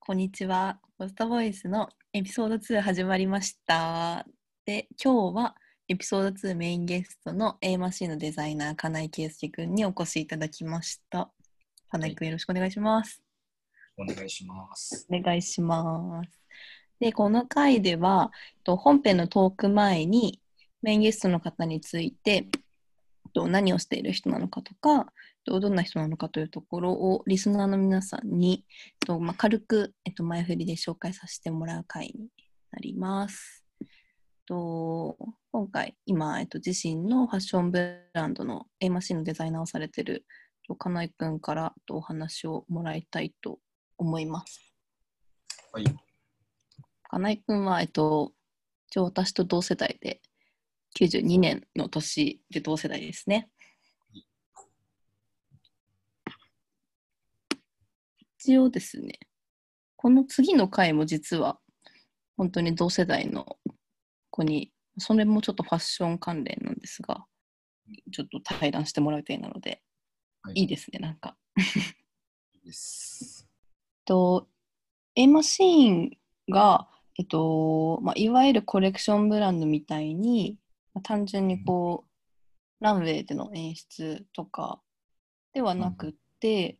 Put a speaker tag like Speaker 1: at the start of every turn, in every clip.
Speaker 1: こんにちは。ホストボイスのエピソード2始まりました。で、今日はエピソード2メインゲストの A マシンのデザイナー、金井圭介くんにお越しいただきました。金井くんよろしくお願いします。
Speaker 2: お願いします。
Speaker 1: お願いします。で、この回では、と本編のトーク前にメインゲストの方について、と何をしている人なのかとか、とどんな人なのかというところをリスナーの皆さんに、とまあ、軽く、えっと、前振りで紹介させてもらう回になります。と今回、今、えっと、自身のファッションブランドの A マシンのデザイナーをされていると金井くんからとお話をもらいたいと思います。
Speaker 2: はい。
Speaker 1: 金井君は、えっと、一応私と同世代で、92年の年で同世代ですね。一応ですね、この次の回も実は、本当に同世代の子に、それもちょっとファッション関連なんですが、ちょっと対談してもらう予定なので、
Speaker 2: はい
Speaker 1: いいですね、なんか。
Speaker 2: いいです。
Speaker 1: えっと、A マシーンが、えっとまあ、いわゆるコレクションブランドみたいに、まあ単純にこう、ランウェイでの演出とかではなくって、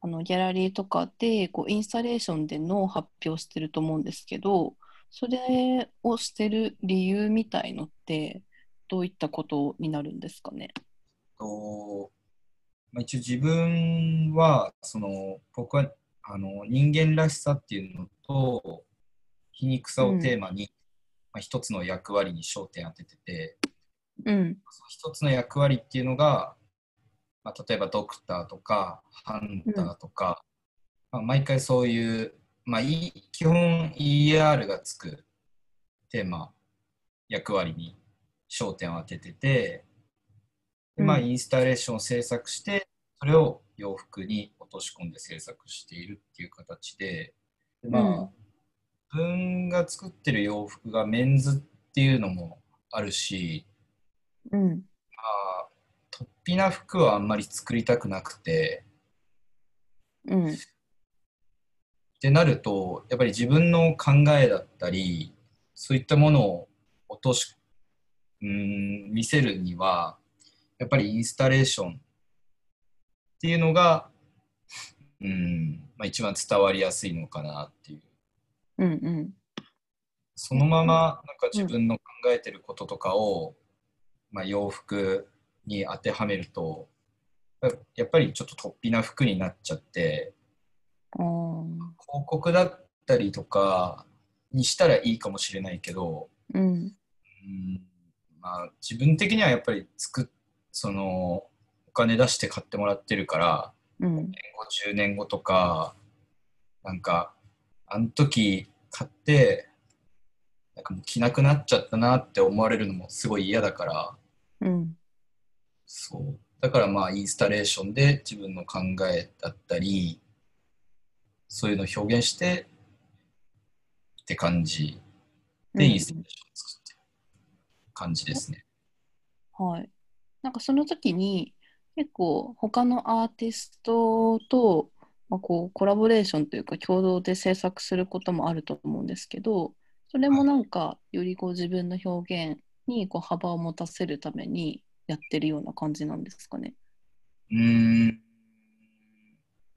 Speaker 1: あのギャラリーとかでこうインスタレーションでの発表してると思うんですけど、それをしてる理由みたいのって、どういったことになるんですかね。
Speaker 2: とまあ、一応自分は、その、僕は、あの、人間らしさっていうのと、皮肉さをテーマに、まあ、一つの役割に焦点当ててて、
Speaker 1: うん、
Speaker 2: その一つの役割っていうのが、まあ、例えばドクターとか、ハンターとか、まあ、毎回そういう、まあ、い基本 ER がつくテーマ、役割に焦点を当ててて、でまあ、
Speaker 1: うん
Speaker 2: インスタレーションを制作して、それを洋服に落とし込んで制作しているっていう形で、でまあ、
Speaker 1: うん
Speaker 2: 自分が作ってる洋服がメンズっていうのもあるし、
Speaker 1: うん、
Speaker 2: まあ、突飛な服はあんまり作りたくなくて、
Speaker 1: うん、
Speaker 2: ってなるとやっぱり自分の考えだったりそういったものを落としうーん見せるにはやっぱりインスタレーションっていうのがうーん、まあ、一番伝わりやすいのかなっていう
Speaker 1: うん、うん、
Speaker 2: そのままなんか自分の考えてることとかを、まあ、洋服に当てはめるとややっぱりちょっと突飛な服になっちゃって
Speaker 1: あー
Speaker 2: 広告だったりとかにしたらいいかもしれないけど、
Speaker 1: うん、
Speaker 2: うんまあ、自分的にはやっぱり作っそのお金出して買ってもらってるから
Speaker 1: うん。
Speaker 2: 5 0年後とかなんかあの時買ってなんかもう着なくなっちゃったなって思われるのもすごい嫌だから
Speaker 1: うん
Speaker 2: そうだからまあインスタレーションで自分の考えだったりそういうのを表現してって感じで、インスタレーションを作ってる感じですね。
Speaker 1: はい。なんかその時に結構他のアーティストと、まあ、こうコラボレーションというか共同で制作することもあると思うんですけど、それもなんかよりこう自分の表現にこう幅を持たせるためにやってるような感じなんですかね。
Speaker 2: うーん、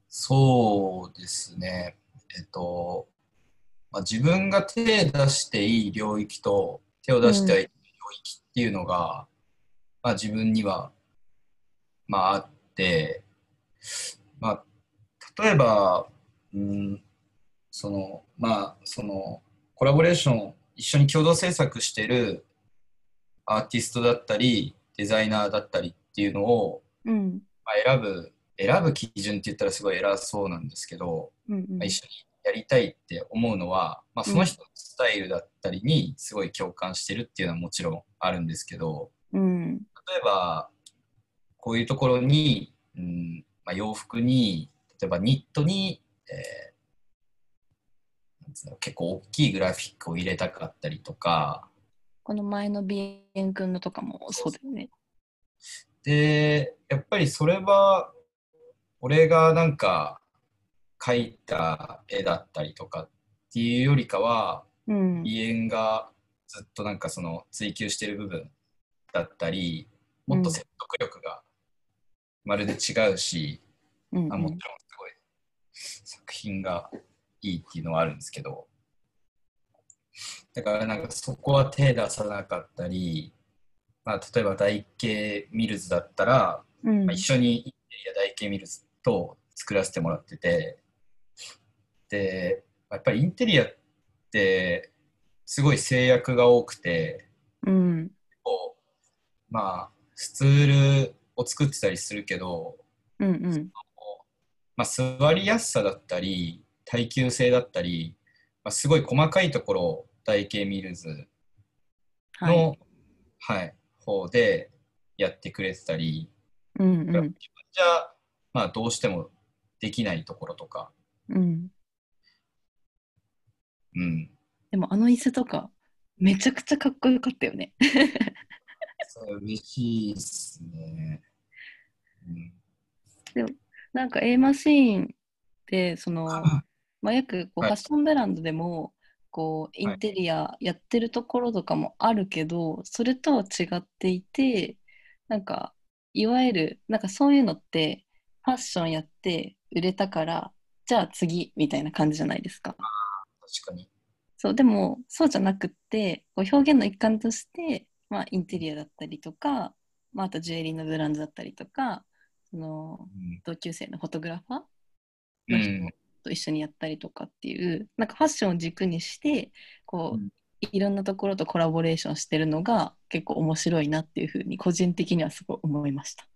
Speaker 2: そうですね。えっと、まあ、自分が手出していい領域と手を出してはいけない領域っていうのが、まあ、自分には、まあ、あって、まあ、例えば、うん、その、まあ、その、コラボレーション、一緒に共同制作してるアーティストだったり、デザイナーだったりっていうのを、
Speaker 1: うん。
Speaker 2: まあ、選ぶ選ぶ基準って言ったらすごい偉そうなんですけど、
Speaker 1: うんうん
Speaker 2: まあ、一緒にやりたいって思うのは、まあ、その人のスタイルだったりにすごい共感してるっていうのはもちろんあるんですけど
Speaker 1: うん。
Speaker 2: 例えばこういうところに、うんまあ、洋服に例えばニットに、えーなんつうの結構大きいグラフィックを入れたかったりとか
Speaker 1: この前のビエン君のとかもそうだよね。
Speaker 2: でやっぱりそれは俺がなんか描いた絵だったりとかっていうよりかは、
Speaker 1: うん。
Speaker 2: 鼻炎がずっとなんかその追求してる部分だったりもっと説得力がまるで違うし、
Speaker 1: うんうん
Speaker 2: あもちろんすごい作品がいいっていうのはあるんですけどだからなんかそこは手出さなかったり、まあ、例えば台形ミルズだったら、
Speaker 1: うん
Speaker 2: まあ、一緒にインテリア台形ミルズと作らせてもらっててでやっぱりインテリアってすごい制約が多くて
Speaker 1: うん。
Speaker 2: こうまあスツールを作ってたりするけど
Speaker 1: うんうん。
Speaker 2: まあ、座りやすさだったり耐久性だったり、まあ、すごい細かいところを台形ミルズ
Speaker 1: はい。
Speaker 2: の、はい方でやってくれてたり
Speaker 1: うんうん。
Speaker 2: じゃあ,、まあどうしてもできないところとか、
Speaker 1: うん。
Speaker 2: うん、
Speaker 1: でもあの椅子とか、めちゃくちゃかっこよかったよね。
Speaker 2: そう嬉しいですね。うん、
Speaker 1: なんか A マシーンって、その、
Speaker 2: あ
Speaker 1: まあ、よくこう
Speaker 2: は
Speaker 1: フ
Speaker 2: い
Speaker 1: ァッションブランドでもこうインテリアやってるところとかもあるけど、それとは違っていてなんかいわゆるなんかそういうのってファッションやって売れたからじゃあ次みたいな感じじゃないですか。
Speaker 2: 確かに。
Speaker 1: そうでもそうじゃなくってこう表現の一環として、まあ、インテリアだったりとか、まあ、あとジュエリーのブランドだったりとかその
Speaker 2: うん
Speaker 1: 同級生のフォトグラファー
Speaker 2: う
Speaker 1: の
Speaker 2: ん
Speaker 1: 人と一緒にやったりとかっていう、なんかファッションを軸にしてこう、
Speaker 2: うん
Speaker 1: いろんなところとコラボレーションしてるのが結構面白いなっていうふうに個人的にはすごい思いました。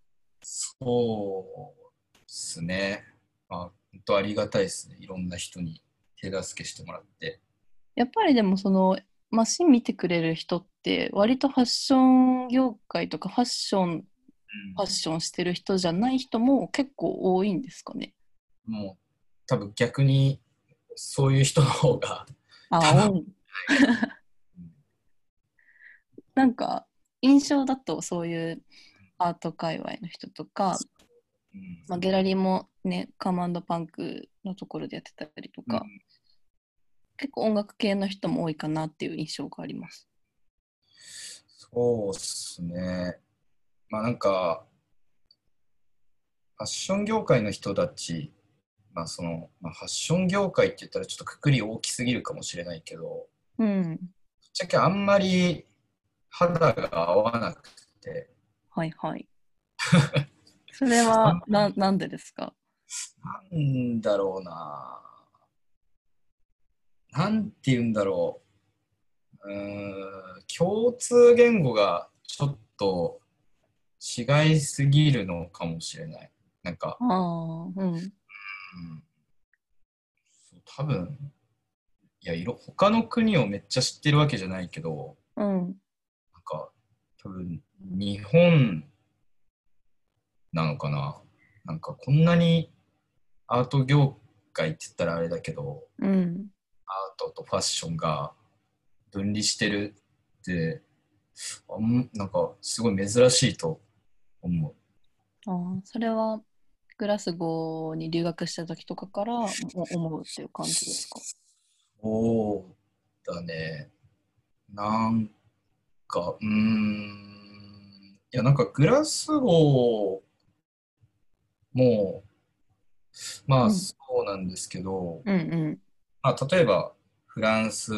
Speaker 2: そうですね。まあ、本当ありがたいですね。いろんな人に手助けしてもらって。
Speaker 1: やっぱりでもそのマシン見てくれる人って割とファッション業界とかファッション
Speaker 2: うん
Speaker 1: ファッションしてる人じゃない人も結構多いんですかね。
Speaker 2: もう多分逆にそういう人の方が、
Speaker 1: あ多いなんか印象だとそういうアート界隈の人とか
Speaker 2: うん
Speaker 1: まあ、ギャラリーもねカマンドパンクのところでやってたりとか、
Speaker 2: うん
Speaker 1: 結構音楽系の人も多いかなっていう印象があります。
Speaker 2: そうですね。まあなんかファッション業界の人たち、まあそのまあ、ファッション業界って言ったらちょっとくくり大きすぎるかもしれないけど、ぶっ
Speaker 1: うん、
Speaker 2: ちゃけあんまり肌が合わなくて、
Speaker 1: はい はい。それはななんでですか
Speaker 2: なんだろうな。なんて言うんだろう。うーん、共通言語がちょっと違いすぎるのかもしれない。なんか、
Speaker 1: ああ、うん。
Speaker 2: うん、そう多分いや、いろ、他の国をめっちゃ知ってるわけじゃないけど、
Speaker 1: うん。
Speaker 2: なんか、多分日本なのかな。なんか、こんなにアート業界って言ったらあれだけど、
Speaker 1: うん。
Speaker 2: アートとファッションが分離してるってあんなんかすごい珍しいと思う
Speaker 1: ああ、それはグラスゴーに留学した時とかからも思うっていう感じですか。
Speaker 2: そうだねなんかうーんいやなんかグラスゴーも
Speaker 1: う
Speaker 2: まあ
Speaker 1: ん
Speaker 2: そうなんですけど、
Speaker 1: うんうん。
Speaker 2: まあ、例えばフランス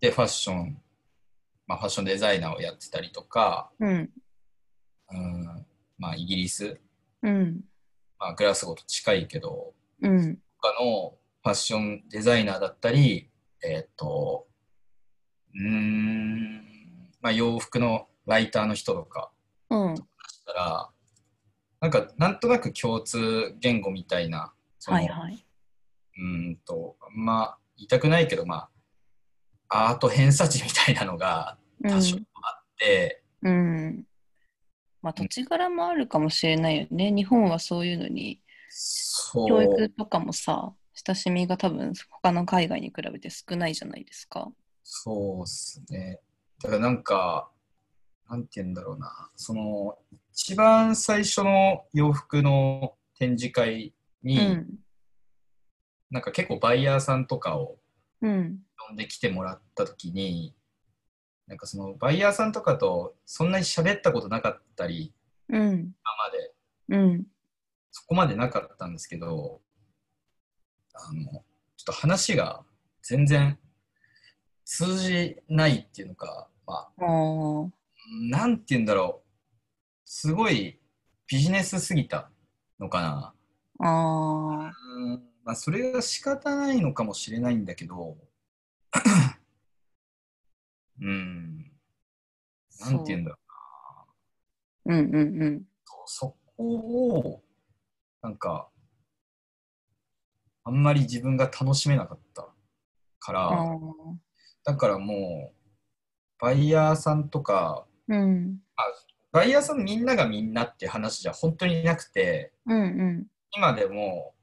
Speaker 2: でファッション、まあ、ファッションデザイナーをやってたりとか、
Speaker 1: うん。
Speaker 2: うんまあ、イギリス、
Speaker 1: うん。
Speaker 2: まあ、グラスゴーと近いけど
Speaker 1: うん。
Speaker 2: 他のファッションデザイナーだったりえーっとうーん、まあ、洋服のライターの人とか
Speaker 1: うん。
Speaker 2: したらなんかなんとなく共通言語みたいなその
Speaker 1: はいはい。
Speaker 2: うーんとあんま言いたくないけどまあアート偏差値みたいなのが
Speaker 1: うん
Speaker 2: 多少あって、
Speaker 1: うん。まあ土地柄もあるかもしれないよね。日本はそういうのに、
Speaker 2: そう
Speaker 1: 教育とかもさ、親しみが多分他の海外に比べて少ないじゃないですか。
Speaker 2: そうっすね。だからなんか、なんて言うんだろうな、その、一番最初の洋服の展示会
Speaker 1: う
Speaker 2: に、
Speaker 1: ん。
Speaker 2: なんか結構バイヤーさんとかを
Speaker 1: うん。
Speaker 2: 呼んできてもらった時になんかそのバイヤーさんとかとそんなに喋ったことなかったり
Speaker 1: うん。
Speaker 2: 今まで
Speaker 1: うん。
Speaker 2: そこまでなかったんですけどあのちょっと話が全然通じないっていうのか、まあ、
Speaker 1: あー
Speaker 2: なんて言うんだろうすごいビジネスすぎたのかな
Speaker 1: あー。
Speaker 2: うん、まあ、それが仕方ないのかもしれないんだけど、 うん、なんて言うんだろう
Speaker 1: そううんうんうん。
Speaker 2: そこを、なんか、あんまり自分が楽しめなかったか
Speaker 1: あ
Speaker 2: ら、
Speaker 1: あー。
Speaker 2: だからもう、バイヤーさんとか、
Speaker 1: うん。
Speaker 2: バイヤーさんみんながみんなって話じゃ本当になくて、
Speaker 1: うんうん。
Speaker 2: 今でも、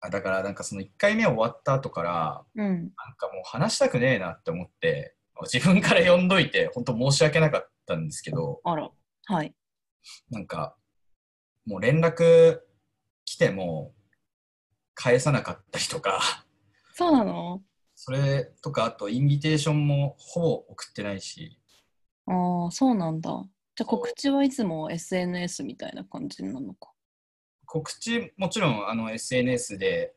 Speaker 2: あだからなんかその1回目終わった後から、
Speaker 1: うん。
Speaker 2: なんかもう話したくねえなって思って、自分から呼んどいて、本当申し訳なかったんですけど、
Speaker 1: あら。はい。
Speaker 2: なんか、もう連絡来ても返さなかったりとか、
Speaker 1: そうなの
Speaker 2: それとか、あとインビテーションもほぼ送ってないし、
Speaker 1: ああ、そうなんだ。じゃあ
Speaker 2: そう
Speaker 1: 告知はいつも SNS みたいな感じなのか。
Speaker 2: 告知もちろんあの SNS で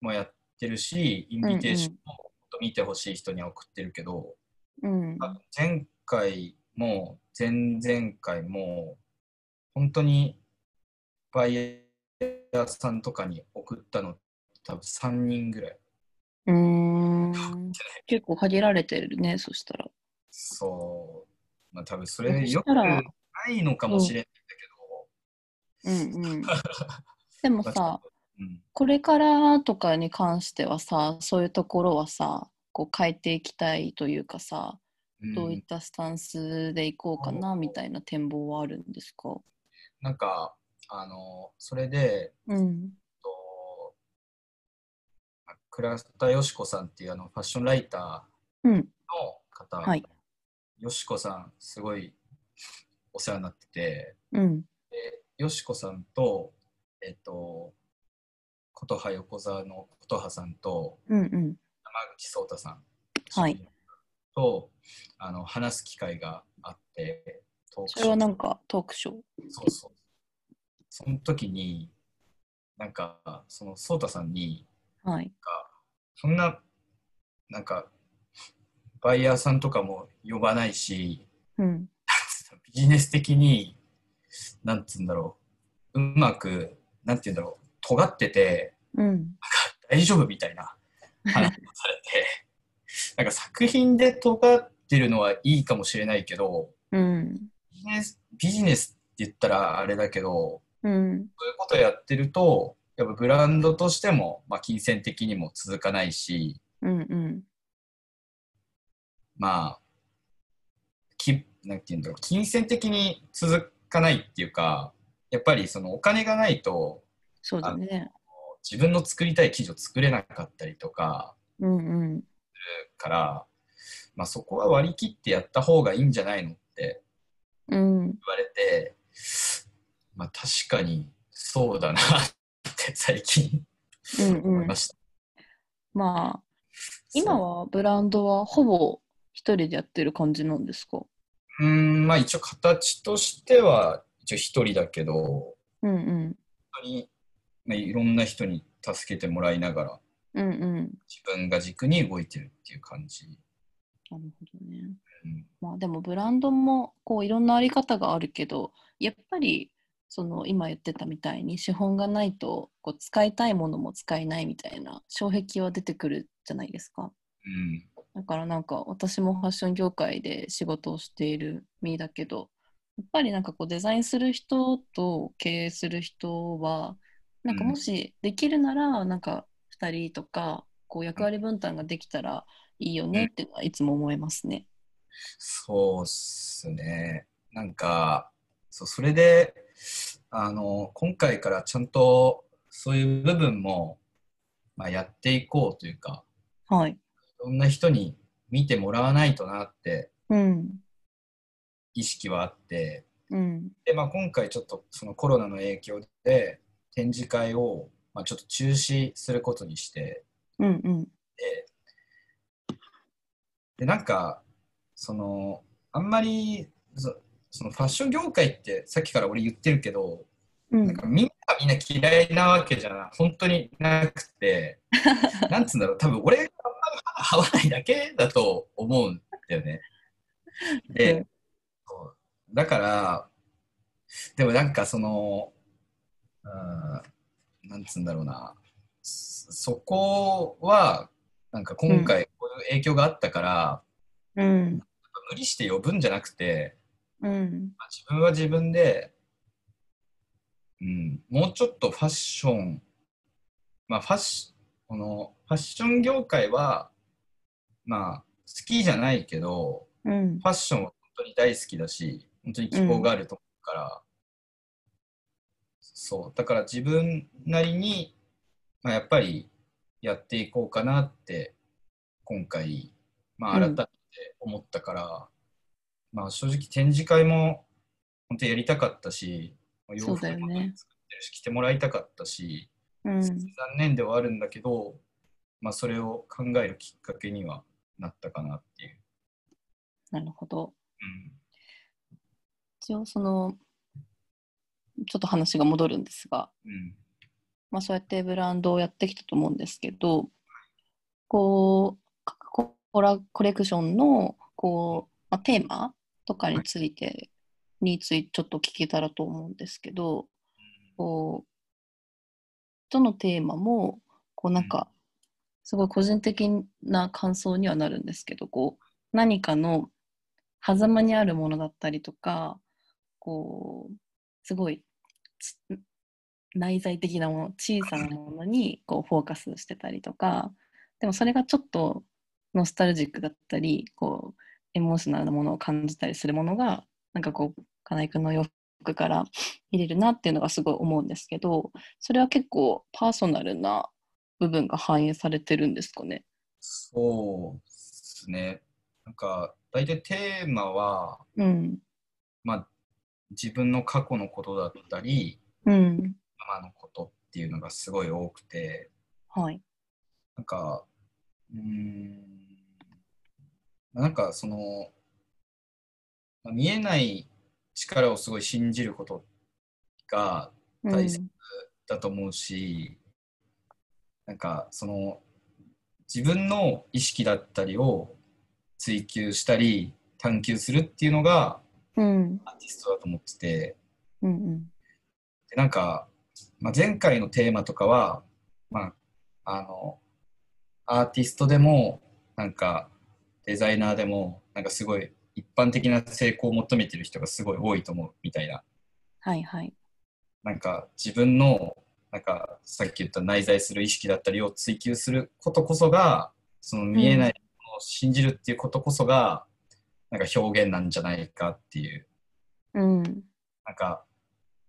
Speaker 2: もやってるし、インビテーションも見てほしい人には送ってるけど、
Speaker 1: うん。
Speaker 2: あ前回も前々回も本当にバイヤーさんとかに送ったの多分3人ぐらいう
Speaker 1: ーん。結構限られてるね、そしたら。
Speaker 2: そうまあ多分そ
Speaker 1: そ
Speaker 2: れ
Speaker 1: し
Speaker 2: よく
Speaker 1: たら
Speaker 2: ないのかもしれないんだ
Speaker 1: うん うん。でも
Speaker 2: けど、まあ
Speaker 1: さ、
Speaker 2: うん、
Speaker 1: これからとかに関してはさ、そういうところはさ、こう変えていきたいというかさ、
Speaker 2: うん
Speaker 1: どういったスタンスでいこうかなみたいな展望はあるんですか
Speaker 2: なんかあのそれで
Speaker 1: うん。
Speaker 2: とあ倉田よし子さんっていうあのファッションライター
Speaker 1: うん。
Speaker 2: の方、
Speaker 1: はい
Speaker 2: よしこさんすごいお世話になってて
Speaker 1: うん。
Speaker 2: よしこさんとえっと琴葉横澤の琴葉さんと
Speaker 1: うんうん。
Speaker 2: 山口聡太さん
Speaker 1: はい
Speaker 2: とあの話す機会があってトー
Speaker 1: それはなんかトークショー。
Speaker 2: そうそうその時になんかその聡太さんに
Speaker 1: はい。
Speaker 2: そんななんかバイヤーさんとかも呼ばないし
Speaker 1: うん。
Speaker 2: ビジネス的に、なんつうんだろう、うまく、なんて言うんだろう、尖ってて、
Speaker 1: うん。
Speaker 2: 大丈夫みたいな話をされて、 なんか作品で尖ってるのはいいかもしれないけど、
Speaker 1: うん。
Speaker 2: ビジネスビジネスって言ったらあれだけど、
Speaker 1: うん。
Speaker 2: そういうことやってると、やっぱブランドとしても、まあ、金銭的にも続かないし、
Speaker 1: うんうん。
Speaker 2: まあ、きなんて言うんだろう金銭的に続かないっていうかやっぱりそのお金がないと
Speaker 1: そうだね。
Speaker 2: 自分の作りたい記事を作れなかったりとか
Speaker 1: うんうん。
Speaker 2: から、まあ、そこは割り切ってやった方がいいんじゃないのって
Speaker 1: うん。
Speaker 2: 言われて、まあ、確かにそうだなって 最近
Speaker 1: うん
Speaker 2: 思
Speaker 1: う
Speaker 2: い
Speaker 1: ん
Speaker 2: ま。した。
Speaker 1: まあ、今はブランドはほぼ一人でやってる感じなんですか
Speaker 2: そううんまあ一応形としては一応一人だけど
Speaker 1: うんうん。
Speaker 2: 本当に、まあ、いろんな人に助けてもらいながら
Speaker 1: うんうん。なる
Speaker 2: 自分が軸に動いてるっていう感じ。
Speaker 1: ほどね。
Speaker 2: うん
Speaker 1: まあでもブランドもこういろんなあり方があるけど、やっぱりその今言ってたみたいに資本がないとこう使いたいものも使えないみたいな障壁は出てくるじゃないですか。
Speaker 2: うん
Speaker 1: だからなんか私もファッション業界で仕事をしている身だけどやっぱりなんかこうデザインする人と経営する人はなんか
Speaker 2: うん
Speaker 1: もしできるならなんか2人とかこう役割分担ができたらいいよねっていうのはいつも思いますね。
Speaker 2: そうっすね。なんか、そうそれで、あの、今回からちゃんとそういう部分も、まあ、やっていこうというか、
Speaker 1: はい。
Speaker 2: いろんな人に見てもらわないとなって
Speaker 1: うん。
Speaker 2: 意識はあって、
Speaker 1: うん。
Speaker 2: で、まあ、今回ちょっとそのコロナの影響で展示会をまあ、ちょっと中止することにして、
Speaker 1: うんうん。
Speaker 2: で、なんか、その、あんまり、そそのファッション業界ってさっきから俺言ってるけど、
Speaker 1: うん
Speaker 2: なんかみんながみんな嫌いなわけじゃ本当になくて、なんつうんだろう、多分俺があんまり合わないだけだと思うんだよね。
Speaker 1: う
Speaker 2: で
Speaker 1: ん、
Speaker 2: そうだから、でもなんかその、うん、なんつうんだろうな、そそこは、なんか今回こういう影響があったから、
Speaker 1: うん
Speaker 2: 無理して呼ぶんじゃなくて、
Speaker 1: うん
Speaker 2: まあ自分は自分で、うん、もうちょっとファッション、まあ、ファッシこのファッション業界は、まあ、好きじゃないけど、
Speaker 1: うん
Speaker 2: ファッションは本当に大好きだし、本当に希望があると思うから、そう、だから自分なりに、まあ、やっぱりやっていこうかなって、今回、まあ、
Speaker 1: う
Speaker 2: 改
Speaker 1: ん
Speaker 2: めて思ったから、まあ、正直展示会も本当やりたかったし、まあ洋
Speaker 1: そう
Speaker 2: 服
Speaker 1: だ
Speaker 2: も
Speaker 1: よ
Speaker 2: 作っ
Speaker 1: ね
Speaker 2: てるし、着てもらいたかったし、
Speaker 1: うん
Speaker 2: 残念ではあるんだけど、まあ、それを考えるきっかけにはなったかなっていう。
Speaker 1: なるほど一応そのちょっと話が戻るんですが、
Speaker 2: うんうん
Speaker 1: まあ、そうやってブランドをやってきたと思うんですけどこう各コラコレクションのこう、まあ、テーマとかについてについてちょっと聞けたらと思うんですけどこうどのテーマもこうなんかすごい個人的な感想にはなるんですけどこう何かの狭間にあるものだったりとかこうすごいち内在的なもの小さなものにこうフォーカスしてたりとかでもそれがちょっとノスタルジックだったりこうエモーショナルなものを感じたりするものがなんかこう金井君の洋服から入れるなっていうのがすごい思うんですけどそれは結構パーソナルな部分が反映されてるんですかね。
Speaker 2: そうですね。なんか、大体テーマは、
Speaker 1: うん、
Speaker 2: まあ、自分の過去のことだったり、
Speaker 1: うん、
Speaker 2: 今のことっていうのがすごい多くて、
Speaker 1: はい、
Speaker 2: なんか、うーん、なんかその、まあ見えない力をすごい信じることが
Speaker 1: うん、
Speaker 2: 大切だと思うし、なんかその自分の意識だったりを追求したり探求するっていうのが
Speaker 1: うん、
Speaker 2: アーティストだと思ってて
Speaker 1: うん、うん、
Speaker 2: でなんか、まあ、前回のテーマとかは、まあ、あのアーティストでもなんかデザイナーでもなんかすごい一般的な成功を求めてる人がすごい多いと思うみたいな
Speaker 1: はい、はい、
Speaker 2: なんか自分のなんかさっき言った内在する意識だったりを追求することこそがその見えないものを信じるっていうことこそが、なんか表現なんじゃないかっていう
Speaker 1: うん、
Speaker 2: なんか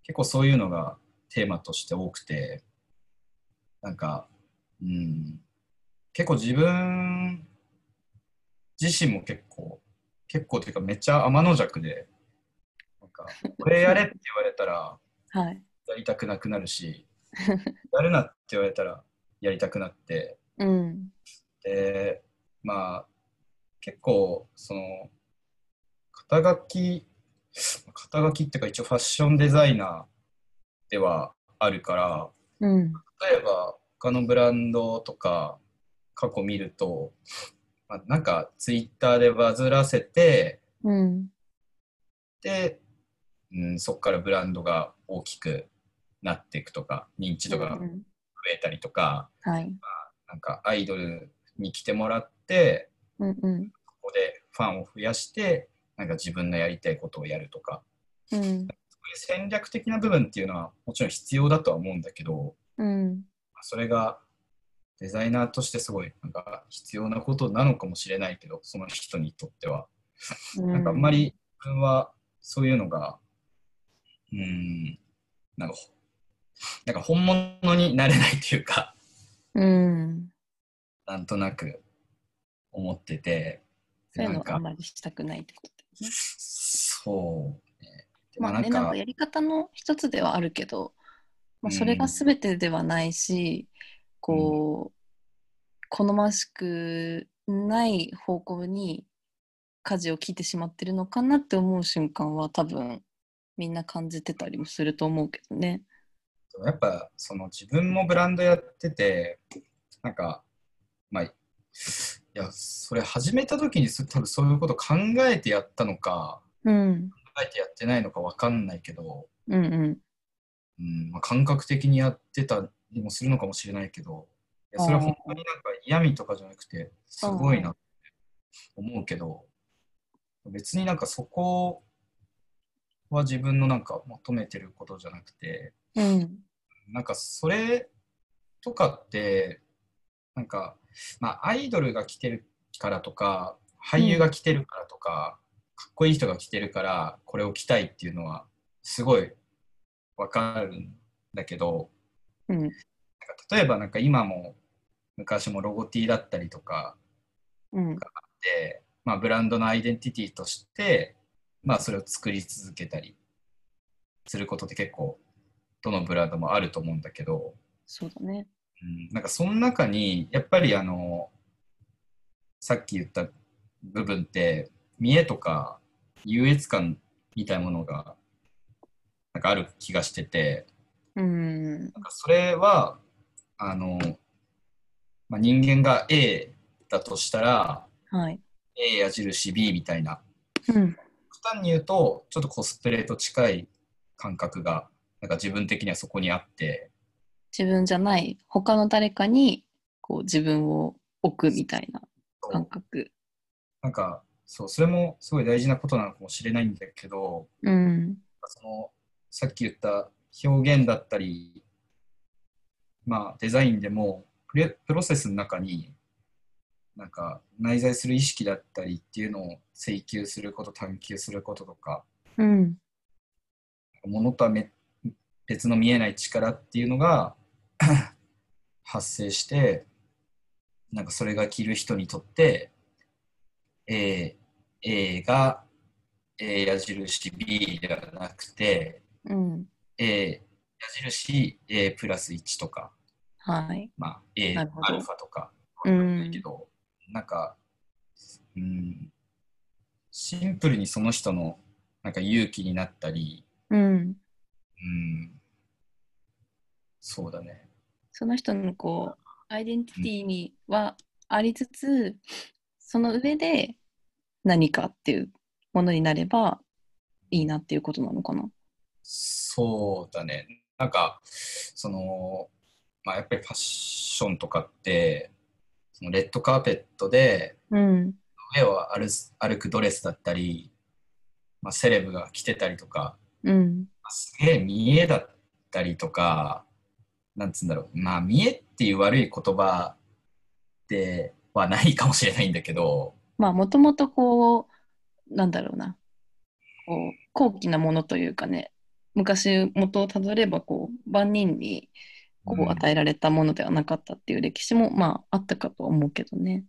Speaker 2: 結構そういうのがテーマとして多くてなんかうん結構自分自身も結構結構というかめっちゃ天の弱でなんかこれやれって言われたら
Speaker 1: はい、
Speaker 2: やりたくなくなるしやるなって言われたらやりたくなって
Speaker 1: うん、
Speaker 2: でまあ結構その肩書き肩書きっていうか一応ファッションデザイナーではあるから
Speaker 1: うん、
Speaker 2: 例えば他のブランドとか過去見ると、まあ、なんかツイッターでバズらせて
Speaker 1: うん、
Speaker 2: で、うん、そこからブランドが大きくなっていくとか認知度が
Speaker 1: うん
Speaker 2: 増えたりとか、
Speaker 1: はい、
Speaker 2: なんかアイドルに来てもらって、
Speaker 1: うん、うん、
Speaker 2: ここでファンを増やして、なんか自分のやりたいことをやるとか、
Speaker 1: うん、
Speaker 2: 戦略的な部分っていうのはもちろん必要だとは思うんだけど、
Speaker 1: うん、
Speaker 2: それがデザイナーとしてすごいなんか必要なことなのかもしれないけど、その人にとっては。なんかあんまり自分はそういうのが、うーん、なんかほ、なんか本物になれないというか、
Speaker 1: うん、
Speaker 2: なんとなく思ってて、
Speaker 1: そういう
Speaker 2: な
Speaker 1: の
Speaker 2: ん
Speaker 1: はあ
Speaker 2: か
Speaker 1: んまりしたくないってことですね。
Speaker 2: そうね。で
Speaker 1: まあね、
Speaker 2: まあ
Speaker 1: なん
Speaker 2: なん
Speaker 1: か
Speaker 2: か
Speaker 1: やり方の一つではあるけど、まあ、それが全てではないし、こう好ましくない方向に舵を切ってしまってるのかなって思う瞬間は多分みんな感じてたりもすると思うけどね。
Speaker 2: やっぱその自分もブランドやっててなんかまあいやそれ始めた時にす多分そういうこと考えてやったのか
Speaker 1: うん、
Speaker 2: 考えてやってないのかわかんないけど、
Speaker 1: うん、うん。
Speaker 2: うんまあ、感覚的にやってたりもするのかもしれないけどいやそれは本当になんか嫌味とかじゃなくてすごいなって思うけど別になんかそこは自分のなんか求めてることじゃなくて
Speaker 1: うん、
Speaker 2: なんかそれとかってなんか、まあ、アイドルが来てるからとか俳優が来てるからとか、かっこいい人が来てるからこれを着たいっていうのはすごいわかるんだけど
Speaker 1: うん、
Speaker 2: なんか例えばなんか今も昔もロゴ T だったりとか
Speaker 1: うん、
Speaker 2: で、まあ、ブランドのアイデンティティとして、まあ、それを作り続けたりすることって結構どのブランドもあると思うんだけど。
Speaker 1: そうだね。
Speaker 2: うんなんかその中にやっぱりあのさっき言った部分って見栄とか優越感みたいなものがなんかある気がしてて
Speaker 1: うん、
Speaker 2: なんかそれはあの、まあ、人間が A だとしたら
Speaker 1: はい。
Speaker 2: A 矢印 B みたいな
Speaker 1: うん、
Speaker 2: 極端に言うとちょっとコスプレと近い感覚がなんか自分的にはそこにあって
Speaker 1: 自分じゃない、他の誰かにこう自分を置くみたいな感覚。
Speaker 2: なんかそうそれもすごい大事なことなのかもしれないんだけど
Speaker 1: うん、
Speaker 2: そのさっき言った表現だったり、まあ、デザインでもプレプロセスの中になんか内在する意識だったりっていうのを追求すること探求することとか
Speaker 1: うん、
Speaker 2: ものとはめ別の見えない力っていうのが 発生してなんかそれが着る人にとって A, A が A 矢印 B ではなくて
Speaker 1: うん、
Speaker 2: A 矢印 A プラス1とか、
Speaker 1: はい。
Speaker 2: まあ、A
Speaker 1: な
Speaker 2: ア
Speaker 1: るほど
Speaker 2: ルファとか
Speaker 1: う
Speaker 2: だ
Speaker 1: ん
Speaker 2: け、ど、なんか、うん、シンプルにその人のなんか勇気になったり、
Speaker 1: うん。
Speaker 2: うん、そうだね。
Speaker 1: その人のこうアイデンティティにはありつつその上で何かっていうものになればいいなっていうことなのかな。
Speaker 2: そうだね。なんか、その、まあ、やっぱりファッションとかって、そのレッドカーペットで、
Speaker 1: うん
Speaker 2: 上を歩す歩くドレスだったり、まあ、セレブが着てたりとか、
Speaker 1: うん
Speaker 2: まあすげえ見栄だったりとか、なんつうんだろう、まあ、見栄っていう悪い言葉ではないかもしれないんだけど、
Speaker 1: まあもともとこうなんだろうなこう高貴なものというかね昔元をたどればこう万人にこ
Speaker 2: うん
Speaker 1: う与えられたものではなかったっていう歴史もまああったかとは思うけどね。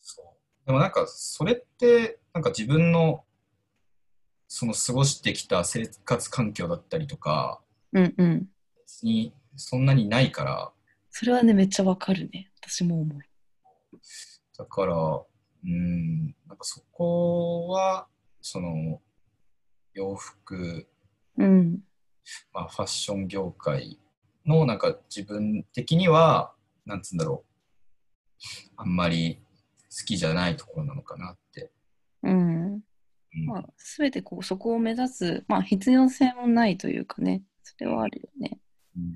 Speaker 2: そうでもなんか、それって、なんか自分の、その過ごしてきた生活環境だったりとか、
Speaker 1: うんうん。
Speaker 2: 別にそんなにないから、
Speaker 1: それはねめっちゃわかるね私も思う。
Speaker 2: だから、うん、なんかそこは、その、洋服、
Speaker 1: うん
Speaker 2: まあ、ファッション業界の、なんか自分的には、なんつうんだろう、あんまり好きじゃないところなのかなって。
Speaker 1: うん
Speaker 2: うん
Speaker 1: まあ、全てこうそこを目指す、まあ、必要性もないというかねそれはあるよね
Speaker 2: うん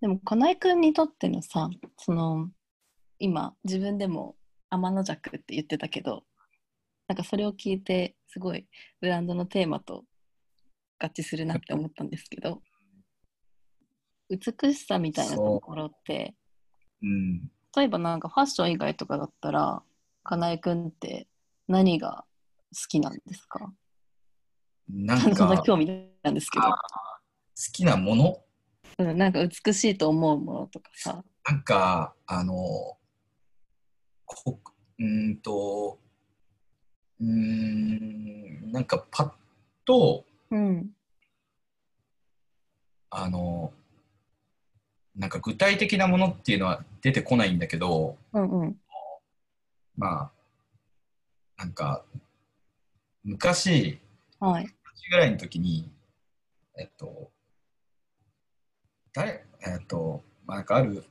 Speaker 1: でも金井君にとってのさその今自分でも天の弱って言ってたけどなんかそれを聞いてすごいブランドのテーマと合致するなって思ったんですけど美しさみたいなところって
Speaker 2: うん、
Speaker 1: 例えばなんかファッション以外とかだったら金井君って何が好きなんですか
Speaker 2: な
Speaker 1: そ
Speaker 2: ん
Speaker 1: んな
Speaker 2: か、好
Speaker 1: 興味なんですけど、
Speaker 2: きなもの
Speaker 1: うん、なんか美しいと思うものとかさ、
Speaker 2: なんか、あの、こうーんと、うーん、なんかパッと、
Speaker 1: うん、
Speaker 2: あのなんか具体的なものっていうのは出てこないんだけど
Speaker 1: うんうん。
Speaker 2: まあなんか昔
Speaker 1: はい。
Speaker 2: 20ぐらいの時にえっと誰えっと、まあ、なんかある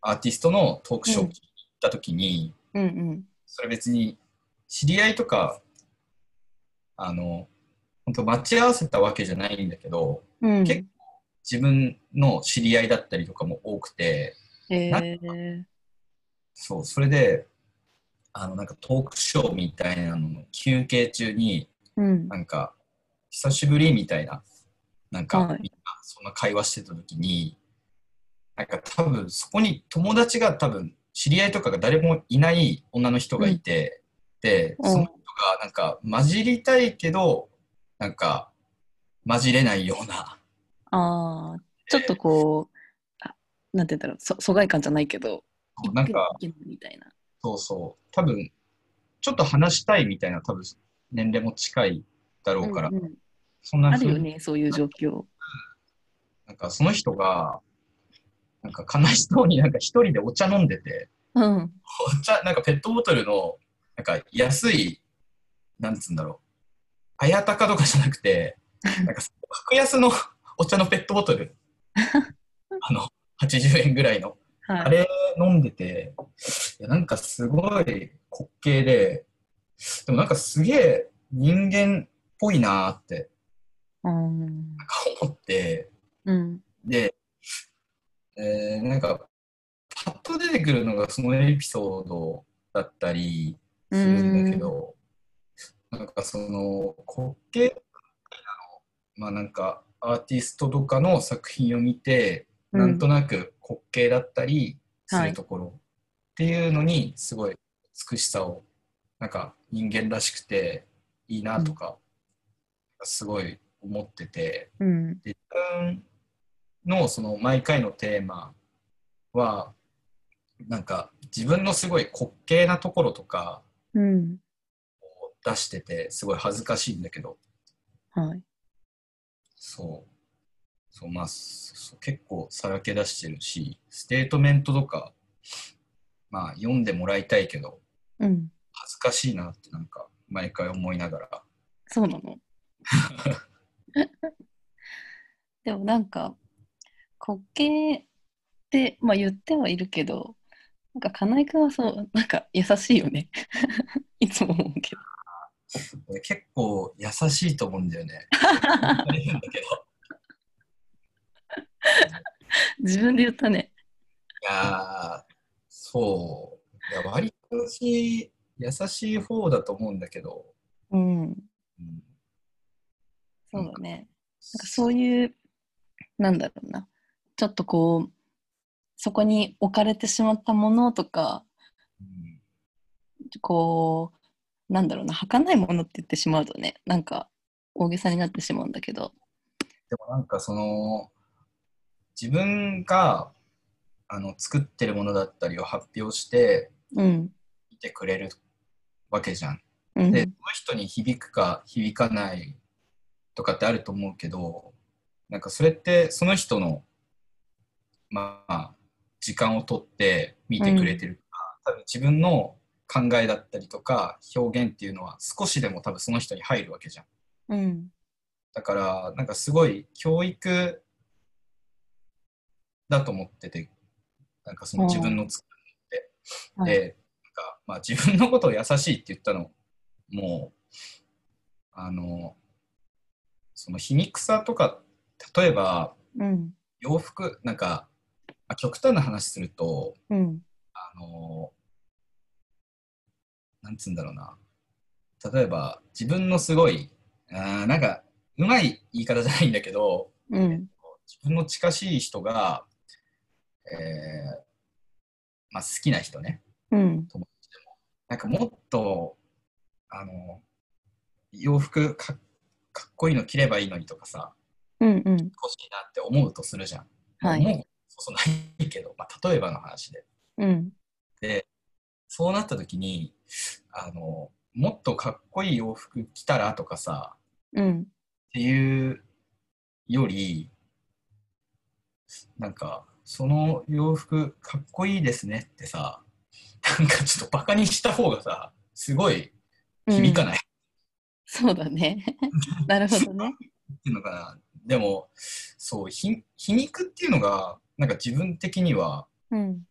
Speaker 2: アーティストのトークショー
Speaker 1: うん
Speaker 2: に行った時に、
Speaker 1: うんうん。
Speaker 2: それ別に知り合いとかあの本当待ち合わせたわけじゃないんだけど
Speaker 1: うん、
Speaker 2: 結自分の知り合いだったりとかも多くて
Speaker 1: え
Speaker 2: なん
Speaker 1: ー、
Speaker 2: そうそれであのなんかトークショーみたいなのの休憩中に
Speaker 1: うん。
Speaker 2: なんか久しぶりみたいななんか、
Speaker 1: はい
Speaker 2: みんなそんな会話してた時になんか多分そこに友達が多分知り合いとかが誰もいない女の人がいて、で
Speaker 1: うん
Speaker 2: その人がなんか混じりたいけどなんか混じれないような
Speaker 1: ああ、ちょっとこう、あなんて言うんだろう、そ疎外感じゃないけど、
Speaker 2: なんか
Speaker 1: いけないみたいな。
Speaker 2: そうそう多分ちょっと話したいみたいな多分年齢も近いだろうから、
Speaker 1: うんうん
Speaker 2: そんな
Speaker 1: あ
Speaker 2: ふ
Speaker 1: る
Speaker 2: う
Speaker 1: よね、そういう状況。
Speaker 2: なんかその人がなんか悲しそうになんか一人でお茶飲んでて
Speaker 1: うん。
Speaker 2: お茶なんかペットボトルのなんか安いなんつうんだろう綾鷹とかじゃなくてなんか格安の お茶のペットボト ルあの80円ぐらいのあ
Speaker 1: はい。
Speaker 2: れ飲んでていやなんかすごい滑稽ででもなんかすげえ人間っぽいなーって
Speaker 1: うん。
Speaker 2: 思って
Speaker 1: うん。
Speaker 2: で、えーなんかパッと出てくるのがそのエピソードだったりするんだけど、なんかその滑稽みたいなのまあなんかアーティストとかの作品を見て、
Speaker 1: うん
Speaker 2: なんとなく滑稽だったりするところっていうのにすごい美しさをなんか人間らしくていいなとか、すごい思ってて。
Speaker 1: うん。
Speaker 2: 自分のその毎回のテーマはなんか自分のすごい滑稽なところとか
Speaker 1: うん。
Speaker 2: を出しててすごい恥ずかしいんだけど
Speaker 1: はい。
Speaker 2: そうそうまあそう結構さらけ出してるしステートメントとかまあ読んでもらいたいけど
Speaker 1: うん。
Speaker 2: 恥ずかしいなってなんか毎回思いながら
Speaker 1: そうな の。でもなんか、滑稽って、まあ言ってはいるけど、なんか、金井君はそう、なんか優しいよね。 いつも思うけど。
Speaker 2: 俺結構優しいと思うんだよね。大変だけど
Speaker 1: 自分で言ったね。
Speaker 2: いやーそう。いや、割と優しい、優しい方だと思うんだけど。
Speaker 1: うん。
Speaker 2: うん、
Speaker 1: そうだね。なんかそういう、なんだろうな、ちょっとこう、そこに置かれてしまったものとか、
Speaker 2: うん
Speaker 1: こう、なんだろうな、儚いものって言ってしまうとね、なんか大げさになってしまうんだけど、
Speaker 2: でもなんかその、自分があの作ってるものだったりを発表して
Speaker 1: うん、
Speaker 2: 見てくれるわけじゃん。
Speaker 1: う
Speaker 2: で、
Speaker 1: ん、
Speaker 2: その人に響くか響かないとかってあると思うけど、なんかそれってその人の、まあ、時間を取って見てくれてるから、多分自分の考えだったりとか表現っていうのは少しでも多分その人に入るわけじゃん。
Speaker 1: うん、
Speaker 2: だから、なんかすごい教育だと思ってて、なんかその自分の作
Speaker 1: うん
Speaker 2: って、で、なんかまあ自分のことを優しいって言ったの、もう、あの、その皮肉さとか、例えば
Speaker 1: うん、
Speaker 2: 洋服、なんか、まあ極端な話すると、
Speaker 1: うん、
Speaker 2: あの、なんつうんだろうな。例えば、自分のすごい、あーなんか、うまい言い方じゃないんだけど、
Speaker 1: うん、
Speaker 2: 自分の近しい人が、えーまあ、好きな人ね、
Speaker 1: うん、
Speaker 2: 友達でも。なんかもっと、あの、洋服かかっこいいの着ればいいのにとかさ、
Speaker 1: うん、うん、
Speaker 2: 欲しいなって思うとするじゃん。
Speaker 1: は
Speaker 2: も
Speaker 1: い、
Speaker 2: う、そうそうないけど、まあ、例えばの話で。
Speaker 1: うん、
Speaker 2: で、そうなった時に、あの、もっとかっこいい洋服着たらとかさ、
Speaker 1: うん、
Speaker 2: っていうより、なんか、その洋服かっこいいですねってさ、なんかちょっとバカにした方がさ、すごい響か
Speaker 1: い。
Speaker 2: ないっ
Speaker 1: そうだね。 なるほどね。
Speaker 2: ていうのかな。でも、そう、ひ皮肉っていうのが、なんか自分的には、
Speaker 1: うん。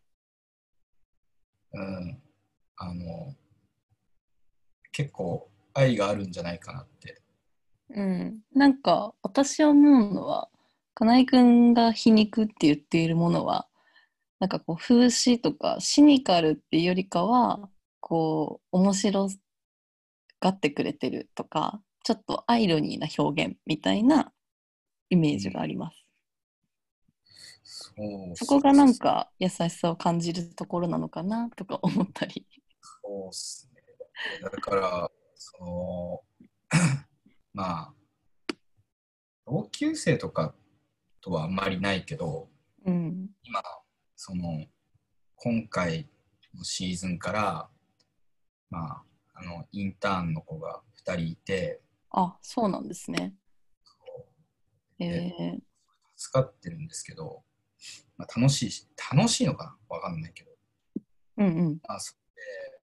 Speaker 2: うん、あの、結構愛があるんじゃないかなって。
Speaker 1: うん、なんか私は思うのは金井君が皮肉って言っているものはなんかこう風刺とかシニカルっていうよりかはこう面白がってくれてるとかちょっとアイロニーな表現みたいなイメージがあります。
Speaker 2: そう
Speaker 1: そこがなんか優しさを感じるところなのかなとか思ったり。
Speaker 2: そうっすね。だから、その、まあ、同級生とかとはあんまりないけど、
Speaker 1: うん、
Speaker 2: 今、その、今回のシーズンから、まあ、あの、インターンの子が2人いて、
Speaker 1: あそうなんですね。えー、
Speaker 2: 助かってるんですけど、まあ、楽しいし、楽しいのかなわかんないけど、
Speaker 1: うん
Speaker 2: まあ、それで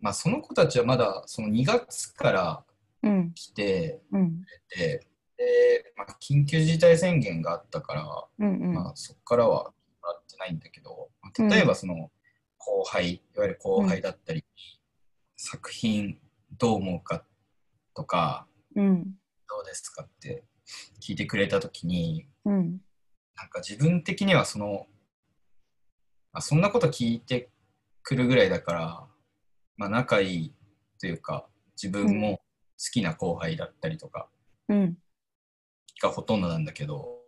Speaker 2: まあ、その子たちはまだ、その2月から
Speaker 1: うんうん
Speaker 2: 来て、
Speaker 1: うん
Speaker 2: で、でまあ、緊急事態宣言があったから、
Speaker 1: うんうん
Speaker 2: まあ、そこからはもらってないんだけど、まあ例えばその後輩、いわゆる後輩だったり、作品どう思うかとか、
Speaker 1: うん
Speaker 2: どうですかって聞いてくれたときに、
Speaker 1: うん
Speaker 2: なんか自分的にはその、まあ、そんなこと聞いてくるぐらいだから、まあ、仲いいというか、自分も好きな後輩だったりとか、
Speaker 1: うん
Speaker 2: がほとんどなんだけど、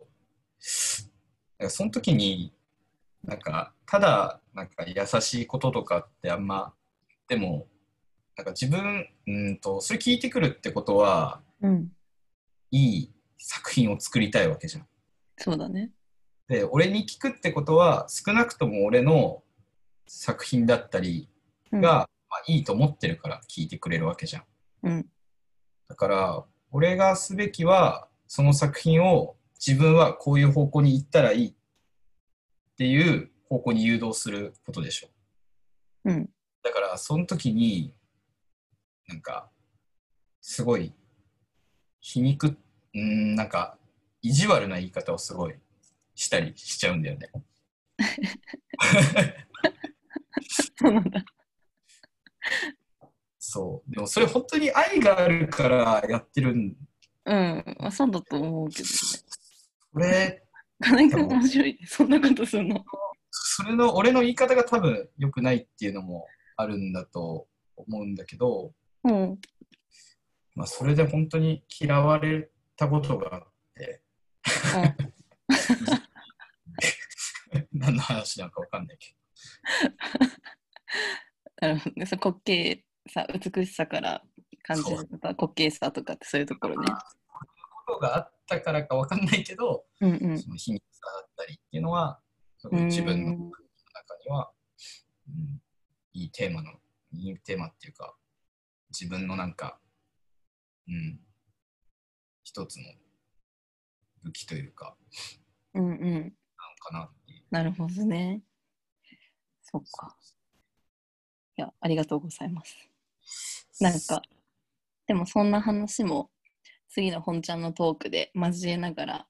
Speaker 2: なんかその時に、なんか、ただ、なんか優しいこととかってあんま、でも、なんか自分、うんと、それ聞いてくるってことは、
Speaker 1: うん、
Speaker 2: いい作品を作りたいわけじゃん。
Speaker 1: そうだね。
Speaker 2: で、俺に聞くってことは、少なくとも俺の作品だったり
Speaker 1: うん、
Speaker 2: が、まあ、いいと思ってるから聞いてくれるわけじゃん。
Speaker 1: うん、
Speaker 2: だから俺がすべきはその作品を自分はこういう方向に行ったらいいっていう方向に誘導することでしょ
Speaker 1: うん、
Speaker 2: だからその時になんかすごい皮肉うんなんか意地悪な言い方をすごいしたりしちゃうんだよね。
Speaker 1: そうなんだ。
Speaker 2: そうでもそれ本当に愛があるからやってるん
Speaker 1: うん、まあ、そうだと思うけどね。
Speaker 2: これ
Speaker 1: 金井君面白いね。そんなことするの。
Speaker 2: それの俺の言い方が多分良くないっていうのもあるんだと思うんだけど、
Speaker 1: うん、
Speaker 2: まあ、それで本当に嫌われたこ とがあって、何の話なのか分かんないけ
Speaker 1: なるほどね。そう、滑稽さ、美しさから感じるとか、滑稽さとかってそういうところね。
Speaker 2: ど、ことがあったからか分かんないけど、
Speaker 1: うん、うん
Speaker 2: その皮肉さだったりっていうのは、すごい自分の
Speaker 1: う
Speaker 2: 中
Speaker 1: ん
Speaker 2: には、うん、いいテーマの、いいテーマっていうか、自分のなんか、うん、一つの武器というか、、
Speaker 1: うん、うん、
Speaker 2: なのかなっていう。
Speaker 1: なるほどね。そっか。いや、ありがとうございます。なんか、でもそんな話も次の本ちゃんのトークで交えながら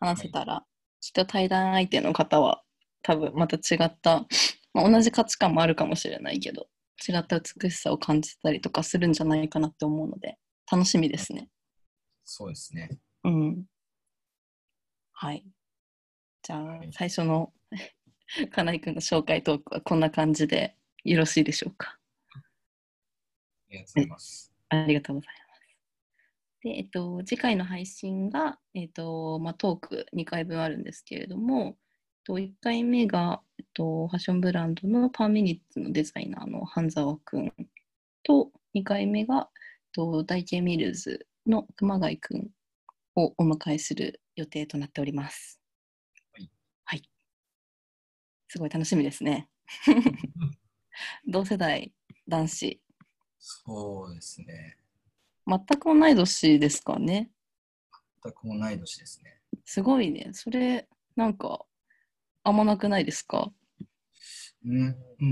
Speaker 1: 話せたら、きっと対談相手の方は多分また違った、まあ、同じ価値観もあるかもしれないけど、違った美しさを感じたりとかするんじゃないかなって思うので、楽しみですね。
Speaker 2: そうですね。
Speaker 1: うん。はい。じゃあ、
Speaker 2: はい
Speaker 1: 最初の 金井くんの紹介トークはこんな感じでよろしいでしょうか。
Speaker 2: ありがとうございます。
Speaker 1: ありがとうございます。で、えっと、次回の配信が、えっとまあ、トーク2回分あるんですけれども、えっと、1回目が、えっと、ファッションブランドのパーミニッツのデザイナーの半沢くんと、2回目が、えっと、大慶ミルズの熊谷くんをお迎えする予定となっております。
Speaker 2: はい。
Speaker 1: はい。すごい楽しみですね。 同世代男子
Speaker 2: そうですね。
Speaker 1: 全く同い年ですかね。
Speaker 2: 全く同い年ですね。
Speaker 1: すごいね。それ、なんか、あんまなくないですか
Speaker 2: うん、うー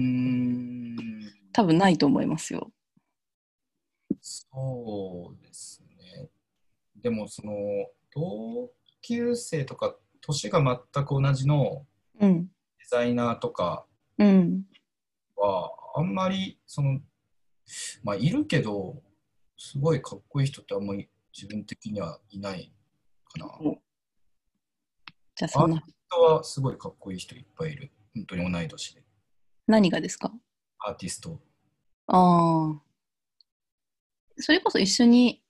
Speaker 2: ん、
Speaker 1: 多分ないと思いますよ。
Speaker 2: そうですね。でも、その、同級生とか、年が全く同じの
Speaker 1: うん。
Speaker 2: デザイナーとか
Speaker 1: うん。
Speaker 2: は、あんまり、その、まあ、いるけど、すごいかっこいい人ってあんまり自分的にはいないかな。
Speaker 1: じゃあ、そんな、
Speaker 2: 人はすごいかっこいい人いっぱいいる。本当に同い年で。
Speaker 1: 何がですか
Speaker 2: アーティスト。
Speaker 1: ああ。それこそ一緒に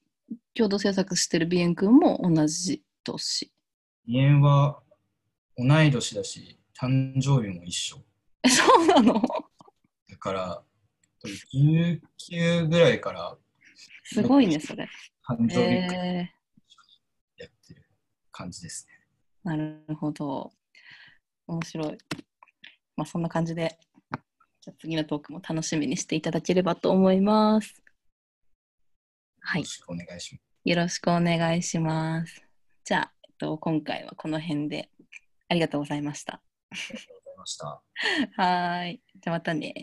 Speaker 1: 共同制作してるビエン君も同じ年。
Speaker 2: イエンは同い年だし、誕生日も一緒。
Speaker 1: え、 そうなの
Speaker 2: だから、19ぐらいから
Speaker 1: すごいね、それ。
Speaker 2: 誕生日会
Speaker 1: え
Speaker 2: やってる感じですね。
Speaker 1: ー、なるほど。面白い。まあ、そんな感じで、じゃあ次のトークも楽しみにしていただければと思います。は
Speaker 2: よ
Speaker 1: い
Speaker 2: ろ。しくお願いし
Speaker 1: よろしくお願いします。じゃあ、えっと、今回はこの辺でありがとうございました。
Speaker 2: ます。ありがとうございました。
Speaker 1: はーい。じゃあまたね。